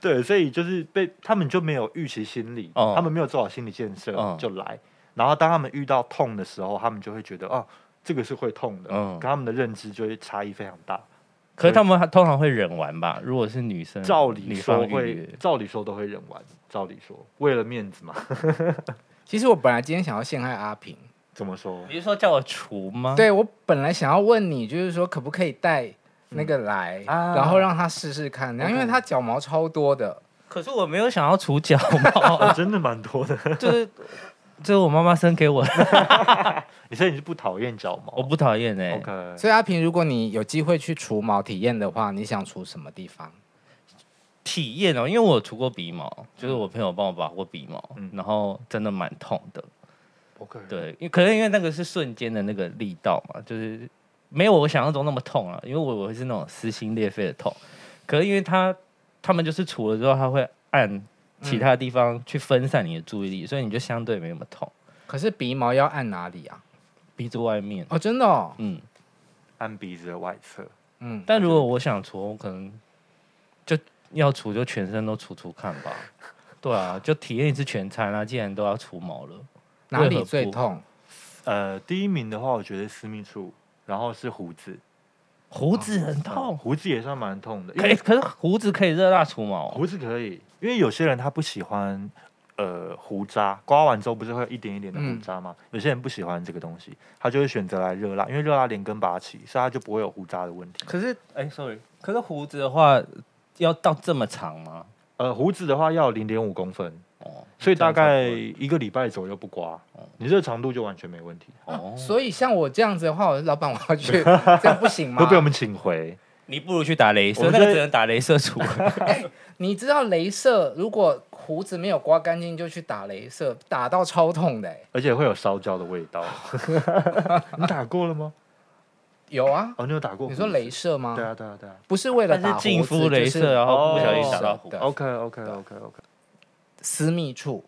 B: 对，所以就是被他们就没有预期心理，
C: 哦
B: 他们没有做好心理建设、
C: 哦
B: 就来，然后当他们遇到痛的时候，他们就会觉得哦，这个是会痛的，
D: 哦
C: 嗯
B: 跟他们的认知就会差异非常大。
C: 可是他们通常会忍完吧？如果是女生，
B: 照理
C: 女
B: 说
C: 嗯方预
B: 会
C: 约，
B: 照理说都会忍完。照理说，为了面子嘛，
D: 其实我本来今天想要陷害阿平，
B: 怎么 说
C: 你？是说叫我除吗？，
D: 对我本来想要问你，就是说可不可以带那个来，
B: 啊
D: 然后让他试试看，然后因为他脚毛超多的。
C: 可是我没有想要除脚毛，
B: 真的蛮多的。
C: 就是就是我妈妈生给我，的，
B: 你说你是不讨厌脚毛？
C: 我不讨厌哎、
B: OK，
D: 所以阿平，如果你有机会去除毛体验的话，你想除什么地方？
C: 体验哦，因为我除过鼻毛，就是我朋友帮我拔过鼻毛，
B: 嗯
C: 然后真的蛮痛的。
B: OK，，
C: 对，因为可能因为那个是瞬间的那个力道嘛，就是没有我想象中那么痛啊，因为我我会是那种撕心裂肺的痛。可是因为他他们就是除了之后，他会按其他地方去分散你的注意力，所以你就相对没那么痛。
D: 可是鼻毛要按哪里啊？
C: 鼻子外面，
D: 哦，真的哦，
C: 嗯，
B: 按鼻子的外侧。
D: 嗯，
C: 但如果我想除，我可能就要除就全身都除除看吧。对啊，就体验一次全餐啊，既然都要除毛了，
D: 哪里最痛？
B: 呃，第一名的话，我觉得私密处，然后是胡子，
C: 胡子很痛，
B: 胡子也算蛮痛的，因
C: 啊可以
B: 为
C: 可是胡子可以热辣除毛哦、
B: 胡子可以，因为有些人他不喜欢。呃，胡渣刮完之后不是会有一点一点的胡
D: 嗯
B: 渣吗？有些人不喜欢这个东西，他就会选择来热辣，因为热辣连根拔起，所以他就不会有胡渣的问题。
C: 可是，哎、s o r r y 可是胡子的话，要到这么长吗？
B: 呃，胡子的话要零点五公分，
C: 哦，
B: 所以大概
C: 这样
B: 一个礼拜左右不刮，你这个长度就完全没问题，
C: 差不多哦，
D: 所以像我这样子的话，我老板我要去，这样不行吗
B: 会？被我们请回。
C: 你不如去打镭
B: 我
C: 射，
B: 们
C: 那个
B: 这
C: 只能打镭射除。
D: 你知道镭射如果胡子没有刮干净就去打镭射，打到超痛的、欸。
B: 而且会有烧焦的味道。 你打过了吗？
D: 有啊，
B: 哦，你有打过胡
D: 你
B: 子？
D: 说镭射吗？
B: 对啊，对啊，对啊。
D: 不是为了
C: 但
D: 打
C: 是净肤
D: 胡子
C: 镭
D: 就是
C: 射，然啊后不小心打
D: 哦
C: 到胡子。
D: 对啊
B: OK OK OK OK。
D: 私密处。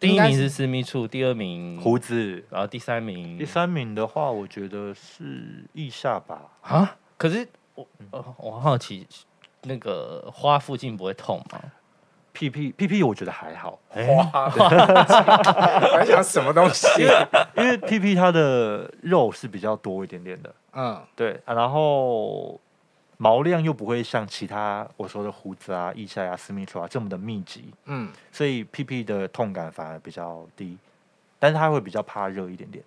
C: 第一
D: 应该
C: 名
D: 是
C: 是私密处，第二名
B: 胡，子。
C: 然后第三名
B: 第三名的话，我觉得是腋下吧。
C: 啊。可是我、呃我好奇，那个花附近不会痛吗？
B: 屁屁屁屁，我觉得还好，
D: 哇！哎 我在想什么东西？
B: 因为屁屁它的肉是比较多一点点的，
D: 嗯，
B: 对，啊、然后毛量又不会像其他我说的胡子啊、腋下啊、私密处啊这么的密集，
D: 嗯，
B: 所以屁屁的痛感反而比较低，但是它会比较怕热一点点，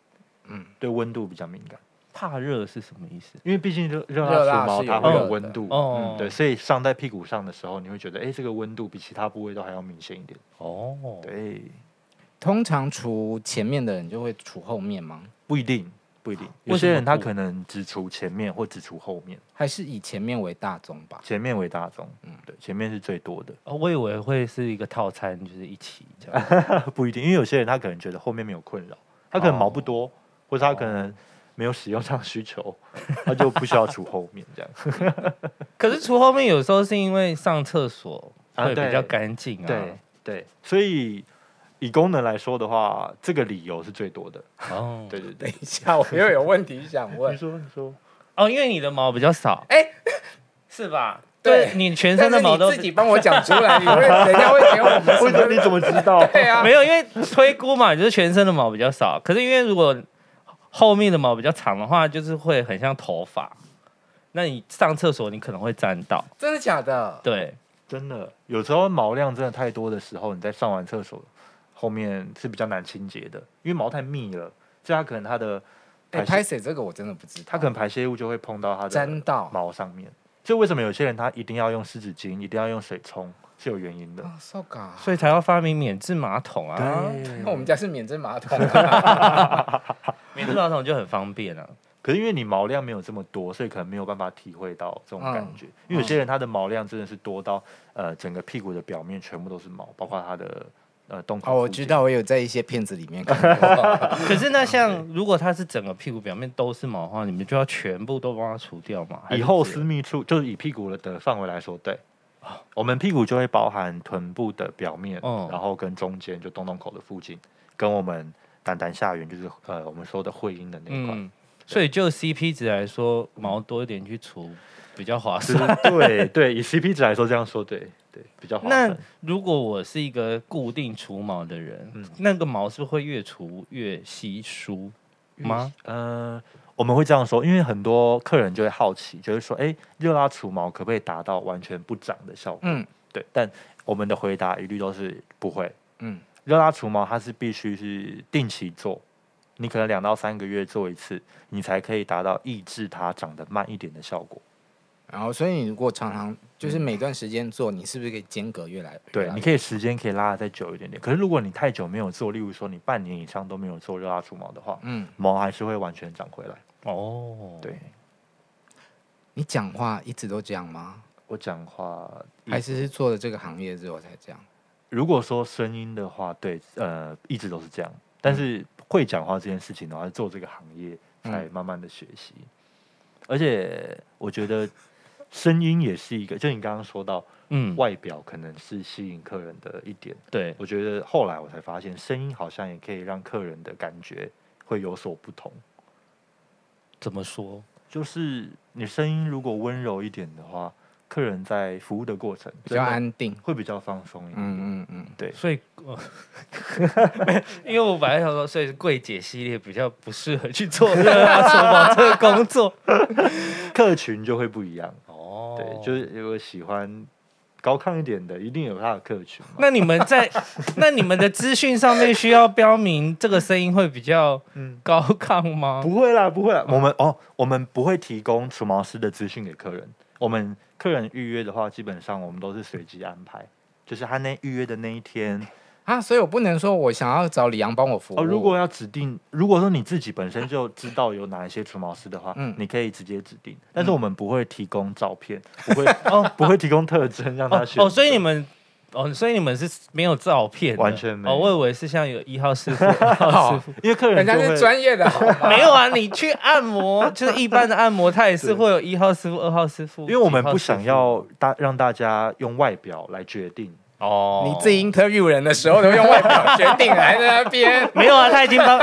D: 嗯
B: 嗯，对温度比较敏感，
C: 怕热是什么意思？
B: 因为毕竟热热
D: 热
B: 辣
D: 辣
B: 除毛
D: 是
B: 它会
D: 有
C: 热
B: 有嗯
D: 的
B: 温度，
C: 哦，
B: 对，，所以上在屁股上的时候，你会觉得，哎、这个温度比其他部位都还要明显一点，
C: 哦，
B: 对，
D: 通常除前面的人就会除后面吗？
B: 不一定，不一定。有
C: 为什
B: 些
C: 么
B: 人他
C: 不
B: 可能只除前面或只除后面，
D: 还是以前面为大宗吧。
B: 前面为大宗，嗯，对，前面是最多的，
C: 哦，我以为会是一个套餐，就是一起这样。
B: 不一定，因为有些人他可能觉得后面没有困扰，他可能毛不多，或者他可能没有使用上需求，他就不需要除后面这样。
C: 可是除后面有时候是因为上厕所
B: 啊
C: 会
B: 对
C: 比较干净啊。
B: 对对，所以以功能来说的话，这个理由是最多的。
C: 哦，
B: 对对对，
D: 等一下，我又有问题想
B: 你
D: 问。
B: 说你说，
C: 哦，因为你的毛比较少，
D: 哎，
C: 是吧？
D: 对
C: 你全身的毛
D: 但
C: 都
D: 是你自己帮我讲出来， 你会等一下会给我们
B: 为
D: 什
B: 什么
D: 么？
B: 你怎么知道？
D: 对啊，
C: 没有，因为推估嘛，就是全身的毛比较少。可是因为如果后面的毛比较长的话，就是会很像头发。那你上厕所你可能会沾到，
D: 真的假的？
C: 对，
B: 真的，有时候毛量真的太多的时候，你在上完厕所后面是比较难清洁的，因为毛太密了，所以它可能它的
D: 哎，
B: 排泄、
D: 拍水这个我真的不知道。
B: 它可能排泄物就会碰到它
D: 沾
B: 的
D: 到
B: 毛上面。所以为什么有些人他一定要用湿纸巾，一定要用水冲，是有原因的。
D: 啊，so ga。
C: 所以才要发明免治马桶啊。
D: 那 我们家是免治马桶啊，
C: 免治马桶就很方便啊。
B: 可是因为你毛量没有这么多，所以可能没有办法体会到这种感觉。
D: 嗯
B: 因为有些人他的毛量真的是多到呃整个屁股的表面全部都是毛，包括他的呃洞口。
D: 哦，我知道，。我有在一些片子里面看过。
C: 可是那像如果它是整个屁股表面都是毛的话，你们就要全部都帮它除掉嘛。还是
B: 以后
C: 只有
B: 私密处就是以屁股的范围来说，对，哦我们屁股就会包含臀部的表面，
C: 哦
B: 然后跟中间就洞洞口的附近，跟我们胆胆下缘就是呃我们说的会阴的那一块。
C: 嗯，所以就 CP 值来说，毛多一点去除比较划
B: 就
C: 算。
B: 是对对，以 CP 值来说这样说，对对比较划
C: 那
B: 算。
C: 如果我是一个固定除毛的人，
B: 嗯
C: 那个毛是不是会越除越稀疏吗？
B: 呃，我们会这样说，因为很多客人就会好奇，就是说，哎，热拉除毛可不可以达到完全不长的效果？
D: 嗯
B: 对，但我们的回答一律都是不会。
D: 嗯，
B: 热拉除毛它是必须是定期做，你可能两到三个月做一次，你才可以达到抑制它长得慢一点的效果。
D: 然后所以你如果常常就是每段时间做，你是不是可以间隔越来？
B: 对，啊你
D: 以。
B: 可以时间可以拉的再久一点点。可是如果你太久没有做，例如说你半年以上都没有做热拉除毛的话，
D: 嗯，
B: 毛还是会完全长回来。
C: 哦，
B: 对
D: 你讲话一直都这样吗？
B: 我讲话一
D: 还是是做了这个行业之后才这样？
B: 如果说声音的话，对，呃，一直都是这样。但
D: 嗯
B: 是会讲话这件事情的话，是做这个行业才慢慢的学习。而且我觉得声音也是一个，就你刚刚说到
C: 嗯，
B: 外表可能是吸引客人的一点，
C: 对，
B: 我觉得后来我才发现，声音好像也可以让客人的感觉会有所不同。
C: 怎么说？
B: 就是你声音如果温柔一点的话，客人在服务的过程
D: 比较
B: 真的
D: 安定。
B: 会比较放松一点。
D: 嗯嗯嗯，
B: 对，
C: 所以，呃 因为我本来想说，所以柜姐系列比较不适合去做热拉除毛这个工 作。
D: 嗯
B: 客群就会不一样。
C: 哦
B: 对，就是如果喜欢高亢一点的，一定有他的客群嘛。
C: 那你们在那你们的资讯上面需要标明这个声音会比较
B: 嗯，
C: 高亢吗？
B: 不会啦，不会啦，我们哦，我们不会提供除毛师的资讯给客人。我们客人预约的话，基本上我们都是随机安排，就是他那预约的那一天
D: 啊，所以我不能说我想要找李阳帮我服务。
B: 哦。如果要指定，如果说你自己本身就知道有哪一些除毛师的话，
D: 嗯
B: 你可以直接指定。但是我们不会提供照片，不会 哦，不会提供特征让他
C: 哦
B: 选
C: 哦，所以
B: 择
C: 你们哦，所以你们是没有照片的，
B: 完全没有
C: 哦，我以为是像有一号师 傅、二号师傅，
B: 因为客人
D: 人哦家
B: 就是会
D: 专 业的，好吗
C: 没有啊。你去按摩，就是一般的按摩，它也是
B: 对
C: 会有一号师傅、二号师傅，
B: 因为我们
C: 几号
B: 不
C: 师傅
B: 想要大让大家用外表来决定，
C: 哦，
D: 你自己 interview 人的时候都用外表决定，来在那 边
C: 没有啊？他已经 帮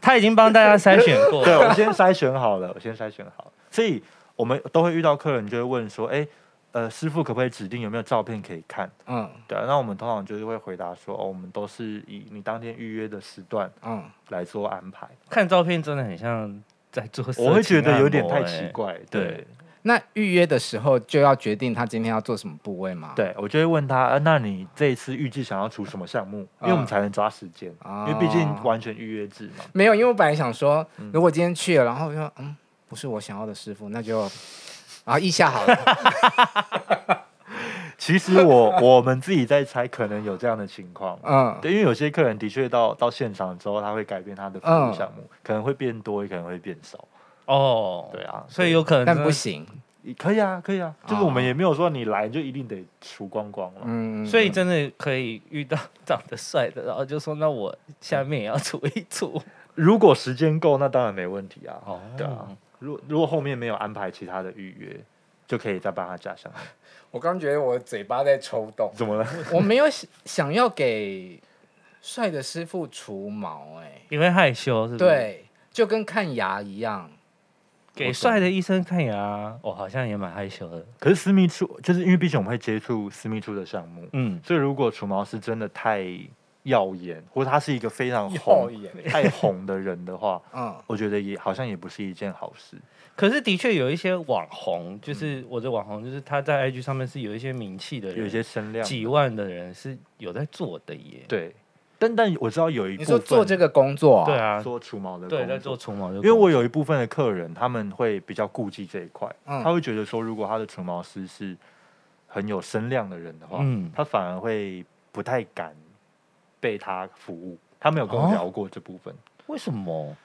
C: 他已经帮大家筛选过，
B: 对，我先筛选好了，我先筛选好了，所以我们都会遇到客人就会问说，哎、呃，师傅可不可以指定有没有照片可以看？
D: 嗯
B: 对啊、那我们通常就是会回答说，哦，我们都是以你当天预约的时段
D: 嗯，
B: 来做安排。
C: 看照片真的很像在做色情按摩，
B: 我会觉得有点太奇
C: 哎。
B: 怪，对
C: 对
D: 那预约的时候就要决定他今天要做什么部位吗？，
B: 对，我就会问他，呃那你这一次预计想要出什么项目？因为我们
D: 啊
B: 才能抓时间，因为
D: 哦
B: 毕竟完全预约制嘛。
D: 没有，因为我本来想说，
B: 嗯
D: 如果今天去了，然后我就说嗯，不是我想要的师傅，那就然后意下好了。
B: 其实我我们自己在猜，可能有这样的情况。
D: 嗯，
B: 对，因为有些客人的确到到现场之后，他会改变他的服
D: 嗯
B: 务项目，可能会变多，也可能会变少。
C: 哦，
B: 对啊，
C: 所以有可能
D: 但
C: 真的
D: 不行，
B: 可以啊，可以啊，就是我们
D: 哦
B: 也没有说你来就一定得除光光了。
D: 嗯，
C: 所以真的可以遇到长得帅的，然后就说那我下面也要处一处。
B: 如果时间够，那当然没问题啊。
C: 哦
B: 对
D: 嗯
B: 啊，如果如果后面没有安排其他的预约，就可以再帮他加上。
D: 我刚觉得我嘴巴在抽动，
B: 怎么了？
D: 我没有想想要给帅的师傅除毛、哎，
C: 因为害
B: 嗯
C: 羞是不是？，
D: 对，就跟看牙一样，
C: 给帅的医生看牙，我好像也蛮害羞的。
B: 可是私密处，就是因为毕竟我们会接触私密处的项目，
C: 嗯，
B: 所以如果除毛师真的太耀眼，或者他是一个非常
D: 后
B: 红、
D: 眼，
B: 太红的人的话，
D: 嗯，
B: 我觉得也好像也不是一件好事。
C: 可是的确有一些网红，就是我的网红，就是他在 IG 上面是有一些名气的人，
B: 嗯有一些声量，
C: 几万的人是有在做的耶。
B: 对，但但我知道有一部
D: 你
B: 分
D: 说做这个工作、啊，
C: 对，啊，
B: 做除毛的工作，
C: 对，在做除毛的
B: 因
C: 工作，
B: 为我有一部分的客人，他们会比较顾忌这一块，
D: 嗯
B: 他会觉得说，如果他的除毛师是很有声量的人的话，
C: 嗯
B: 他反而会不太敢被他服务。他没有跟我
C: 哦
B: 聊过这部分，
C: 为什么？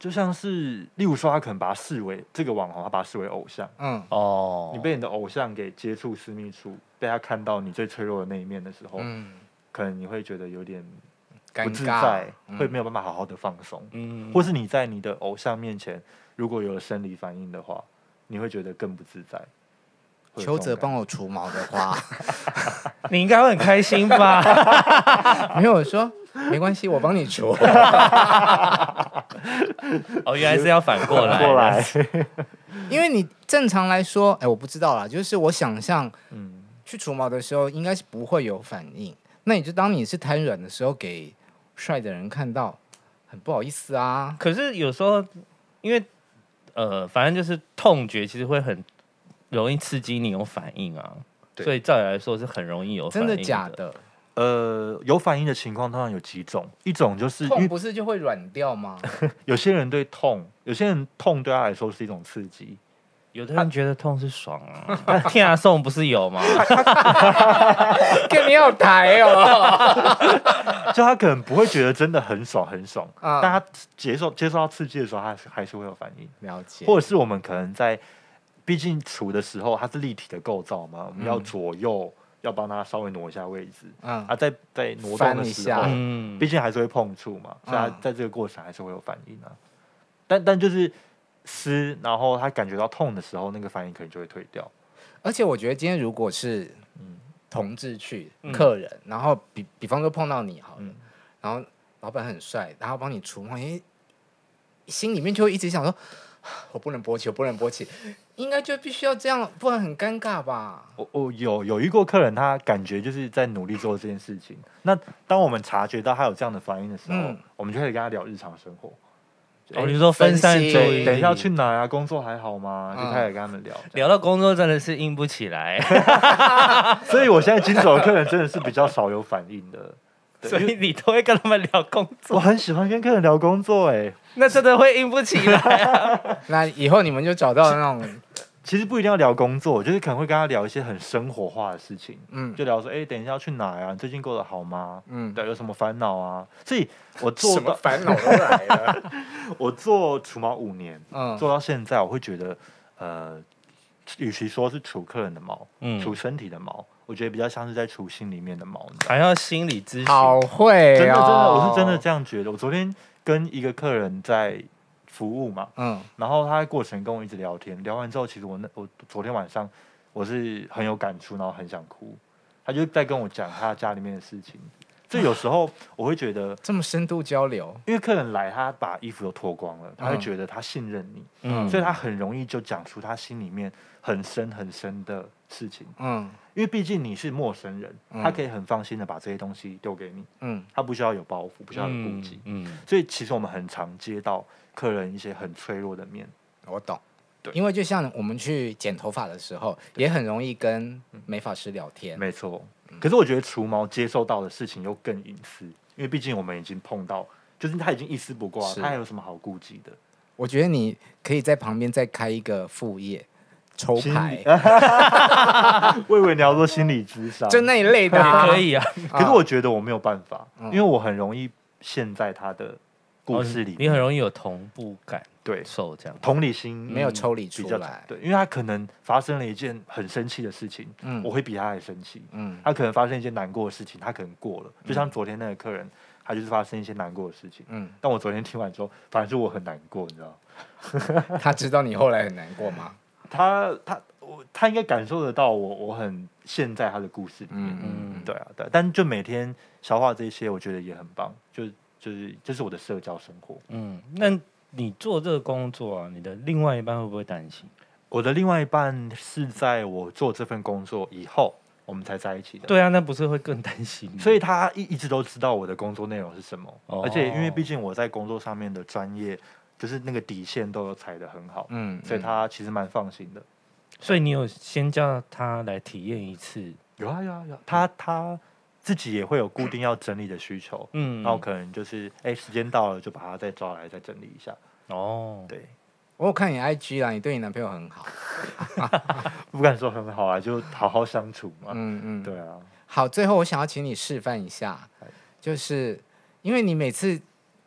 B: 就像是，例如说，他可能把他视为这个网红，他把他视为偶像。
D: 嗯，
C: 哦，
B: 你被你的偶像给接触私密处，被他看到你最脆弱的那一面的时候，
D: 嗯，
B: 可能你会觉得有点哦不
D: 尴
B: 自
D: 尬
B: 在，，
D: 嗯
B: 会没有办法好好的放松。
C: 嗯
B: 或是你在你的偶像面前，如果有了生理反应的话，你会觉得更不自在。会有
D: 邱
B: 这种
D: 泽
B: 感
D: 帮我除毛的话，
C: 你应该会很开 心吧？
D: 没有我说没关系，我帮你除。
C: 哦，原来是要反过来，
B: 觉过来，
D: 因为你正常来说，哎，我不知道啦，就是我想象
B: 嗯，
D: 去除毛的时候，应该是不会有反应。那你就当你是瘫软的时候，给帅的人看到，很不好意思啊。
C: 可是有时候，因为呃，反正就是痛觉其实会很容易刺激你有反应啊，
B: 对
C: 所以照理来说是很容易有反应
D: 真的
C: 的
D: 假？的？
B: 呃，有反应的情况通常有几种，一种就是因
D: 痛
B: 为
D: 不是就会软掉吗？
B: 有些人对痛，有些人痛对他来说是一种刺激，
C: 有
B: 啊
C: 的人觉得痛是爽 啊，天啊送不是有吗？
D: 跟你好抬 哦。
B: 就他可能不会觉得真的很爽很爽，
D: 啊
B: 但他接受接受到刺激的时候，他还是还是会有反应。
D: 了解。
B: 或者是我们可能在，毕竟除的时候它是立体的构造嘛，我们要左右、要帮它稍微挪一下位置、
D: 嗯
B: 啊，在在挪动
D: 翻
B: 的
D: 一
B: 时
D: 下
B: 候，
C: 嗯
B: 毕，竟还是会碰触嘛，所以它
D: 嗯
B: 在这个过程还是会有反应啊。但但就是撕，然后他感觉到痛的时候，那个反应可能就会退掉。
D: 而且我觉得今天如果是嗯同志去
C: 嗯
D: 客人，然后比比方说碰到你好了，
B: 嗯
D: 然后老板很帅，然后帮你除毛，诶心里面就会一直想说， 啊我不能勃起，我不能勃起，应该就必须要这样，不然很尴尬吧？
B: 我我有有遇过客人，他感觉就是在努力做这件事情。那当我们察觉到他有这样的反应的时候，
D: 嗯
B: 我们就开始跟他聊日常生活。
C: 哦，你说分散注
D: 分
C: 意
D: 析
C: 力，
B: 等一下要去哪呀、啊工作还好吗？就
D: 嗯
B: 开始跟他们聊。
C: 聊到工作真的是硬不起来，
B: 所以我现在经手的客人真的是比较少有反应 的。 对
C: 所
B: 因
C: 以
B: 为
C: 你都会跟他们聊工作，
B: 我很喜欢跟客人聊工作、哎，
C: 那真的会硬不起 来。
D: 那以后你们就找到那种，
B: 其实不一定要聊工作，就是可能会跟他聊一些很生活化的事情，
D: 嗯
B: 就聊说，哎、等一下要去哪呀、你最近过得好吗？
D: 嗯，
B: 对，有什么烦恼啊？所以我做
D: 什么
B: 到
D: 烦恼都来了，
B: 我做除毛五年，
D: 嗯，
B: 做到现在，我会觉得，呃，与其说是除客人的毛，
C: 嗯
B: 除身体的毛，我觉得比较像是在除心里面的毛，你知道吗
C: 还要心理咨询，
D: 好会、哦，
B: 真的真的，我是真的，这样觉得。我昨天跟一个客人在服务嘛，
D: 嗯
B: 然后他在过程跟我一直聊天，聊完之后，其实我那我昨天晚上我是很有感触，然后很想哭。他就在跟我讲他家里面的事情，这有时候我会觉得，
D: 这么深度交流，
B: 因为客人来，他把衣服都脱光了，他会
D: 嗯
B: 觉得他信任你，
C: 嗯
B: 所以他很容易就讲出他心里面很深很深的事情。
D: 嗯
B: 因为毕竟你是陌生人，
D: 嗯
B: 他可以很放心的把这些东西丢给你，
D: 嗯
B: 他不需要有包袱，不需要有顾忌。
C: 嗯，嗯
B: 所以其实我们很常接到客人一些很脆弱的面，
D: 我懂。
B: 对
D: 因为就像我们去剪头发的时候，也很容易跟美发师聊天。
B: 没错。
D: 嗯
B: 可是我觉得除毛接受到的事情又更隐私，因为毕竟我们已经碰到，就是他已经一丝不挂，
D: 是
B: 他还有什么好顾忌的？
D: 我觉得你可以在旁边再开一个副业，抽
B: 心啊
D: 牌
B: 理， 我以为你要说心理智商，
D: 就那一类的、啊，
C: 也可以啊，
B: 可是我觉得我没有办法，
D: 嗯
B: 因为我很容易陷在他的故事里
C: 哦
B: 面。
C: 你很容易有同步感
B: 对
C: 受这样。
B: 同理心
D: 没有抽离
B: 嗯比
D: 出
B: 较
D: 来。
B: 对，因为他可能发生了一件很生气的事情，
D: 嗯
B: 我会比他还生气。
D: 嗯
B: 他可能发生一件难过的事情，他可能过了，就像昨天那个客人，他就是发生一些难过的事情。
D: 嗯，
B: 但我昨天听完之后，反而是我很难过，你知道吗？嗯
D: 他知道你后来很难过吗？
B: 他他我他应该感受得到我我很陷在他的故事里面。
D: 嗯
B: 对啊，对啊，但就每天消化这些，我觉得也很棒。就就是这、是我的社交生活。
C: 嗯，那你做这个工作啊，你的另外一半会不会担心？
B: 我的另外一半是在我做这份工作以后，我们才在一起的。，
C: 对啊，那不是会更担心吗？
B: 所以他一一直都知道我的工作内容是什么，
C: 哦
B: 而且因为毕竟我在工作上面的专业，就是那个底线都有踩得很好，
D: 嗯，
B: 所以他其实蛮放心的。
C: 所以你有先叫他来体验一次，
B: 有啊有啊有啊，他他自己也会有固定要整理的需求，
C: 嗯，
B: 然后可能就是哎、时间到了就把他再抓来再整理一下。
C: 哦，
B: 对，
D: 我有看你 IG 啦，你对你男朋友很好。
B: 不敢说很好啊，就好好相处嘛。
D: 嗯嗯，
B: 对啊，
D: 好，最后我想要请你示范一下，就是因为你每次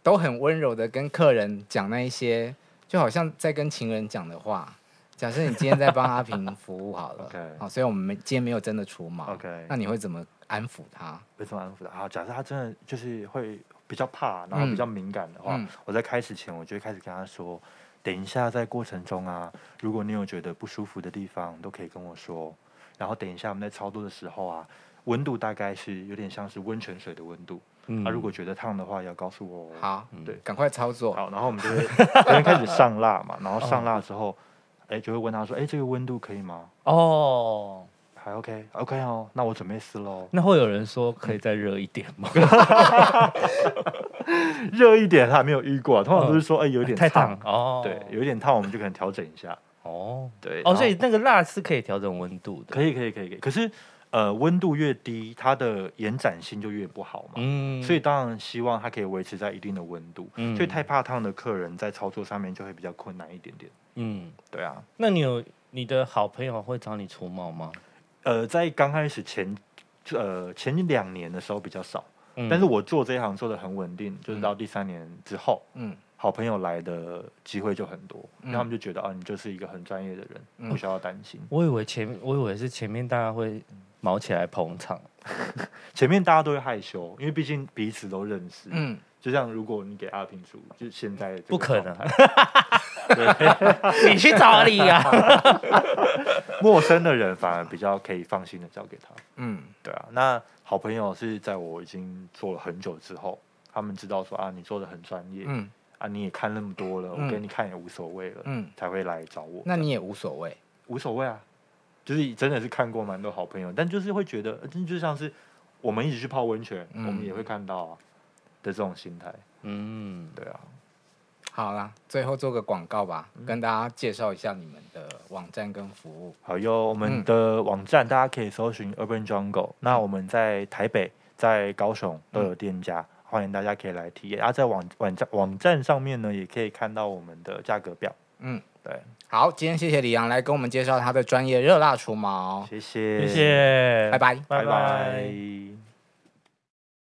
D: 都很温柔的跟客人讲那一些，就好像在跟情人讲的话。假设你今天在帮阿平服务好 了哦
B: OK
D: 好，所以我们没今天没有真的除毛
B: OK
D: 那你会怎么安抚他？
B: 为什么安抚他？啊，假设他真的就是会比较怕，然后比较敏感的话，
D: 嗯
B: 我在开始前我就会开始跟他说，等一下在过程中啊，如果你有觉得不舒服的地方，都可以跟我说。然后等一下我们在操作的时候啊，温度大概是有点像是温泉水的温度。
C: 嗯
B: 他、啊如果觉得烫的话，要告诉我。，
D: 好，嗯
B: 对，
D: 赶快操作。
B: 好，然后我们就会 我们开始上蜡嘛，然后上蜡之后，哎、就会问他说，哎、这个温度可以吗？
C: 哦，
B: 还 OK OK 哦，那我准备撕喽。
C: 那会有人说可以再热一点吗？
B: 热一点还没有遇过啊、通常都是说哎、 有点
C: 太
B: 烫
C: 烫，哦，
B: 对，有一点烫我们就可能调整一下，
C: 哦
B: 对然
C: 哦，
B: 后
C: 所以那个蜡是可以调整温度的，
B: 可以可以可以可以。可是呃温度越低，它的延展性就越不好嘛，
C: 嗯，
B: 所以当然希望它可以维持在一定的温度，
C: 嗯
B: 所以太怕烫的客人在操作上面就会比较困难一点点，
C: 嗯，
B: 对啊，
C: 那你有你的好朋友会找你除毛吗？
B: 呃在刚开始前呃前两年的时候比较少，
C: 嗯
B: 但是我做这一行做的很稳定，就是到第三年之后。
D: 嗯，
B: 好朋友来的机会就很多，
D: 嗯
B: 然后他们就觉得啊，你就是一个很专业的人，
D: 嗯
B: 不需要担心。
C: 我以为前我以为是前面大家会毛起来 捧场，
B: 前面大家都会害羞，因为毕竟彼此都认识。
D: 嗯，
B: 就像如果你给阿平叔，就现在这个
C: 不可
B: 状
C: 能
B: 态，
C: 你去找你啊，
B: 陌生的人反而比较可以放心的交给他。
D: 嗯，
B: 对啊，那好朋友是在我已经做了很久之后，他们知道说啊，你做的很专业，
D: 嗯，
B: 啊，你也看那么多了，
D: 嗯
B: 我给你看也无所谓了，
D: 嗯
B: 才会来找我。
D: 那你也无所谓。
B: 无所谓啊，就是真的是看过蛮多好朋友，但就是会觉得，呃真的就像是我们一起去泡温泉，
D: 嗯
B: 我们也会看到啊的这种心态。
C: 嗯，
B: 对啊，
D: 好啦，最后做个广告吧，
B: 嗯
D: 跟大家介绍一下你们的网站跟服务。
B: 好哟，我
D: 嗯
B: 们的网站大家可以搜寻 Urban Jungle，、那我们在台北、在高雄都有店家，
D: 嗯
B: 欢迎大家可以来体验。啊，在网网站网站上面呢，也可以看到我们的价格表。
D: 嗯，
B: 对，
D: 好，今天谢谢李阳来跟我们介绍他的专业热辣除毛，
B: 谢谢，
C: 谢，谢，
D: 拜拜。
B: 拜
C: 拜拜
B: 拜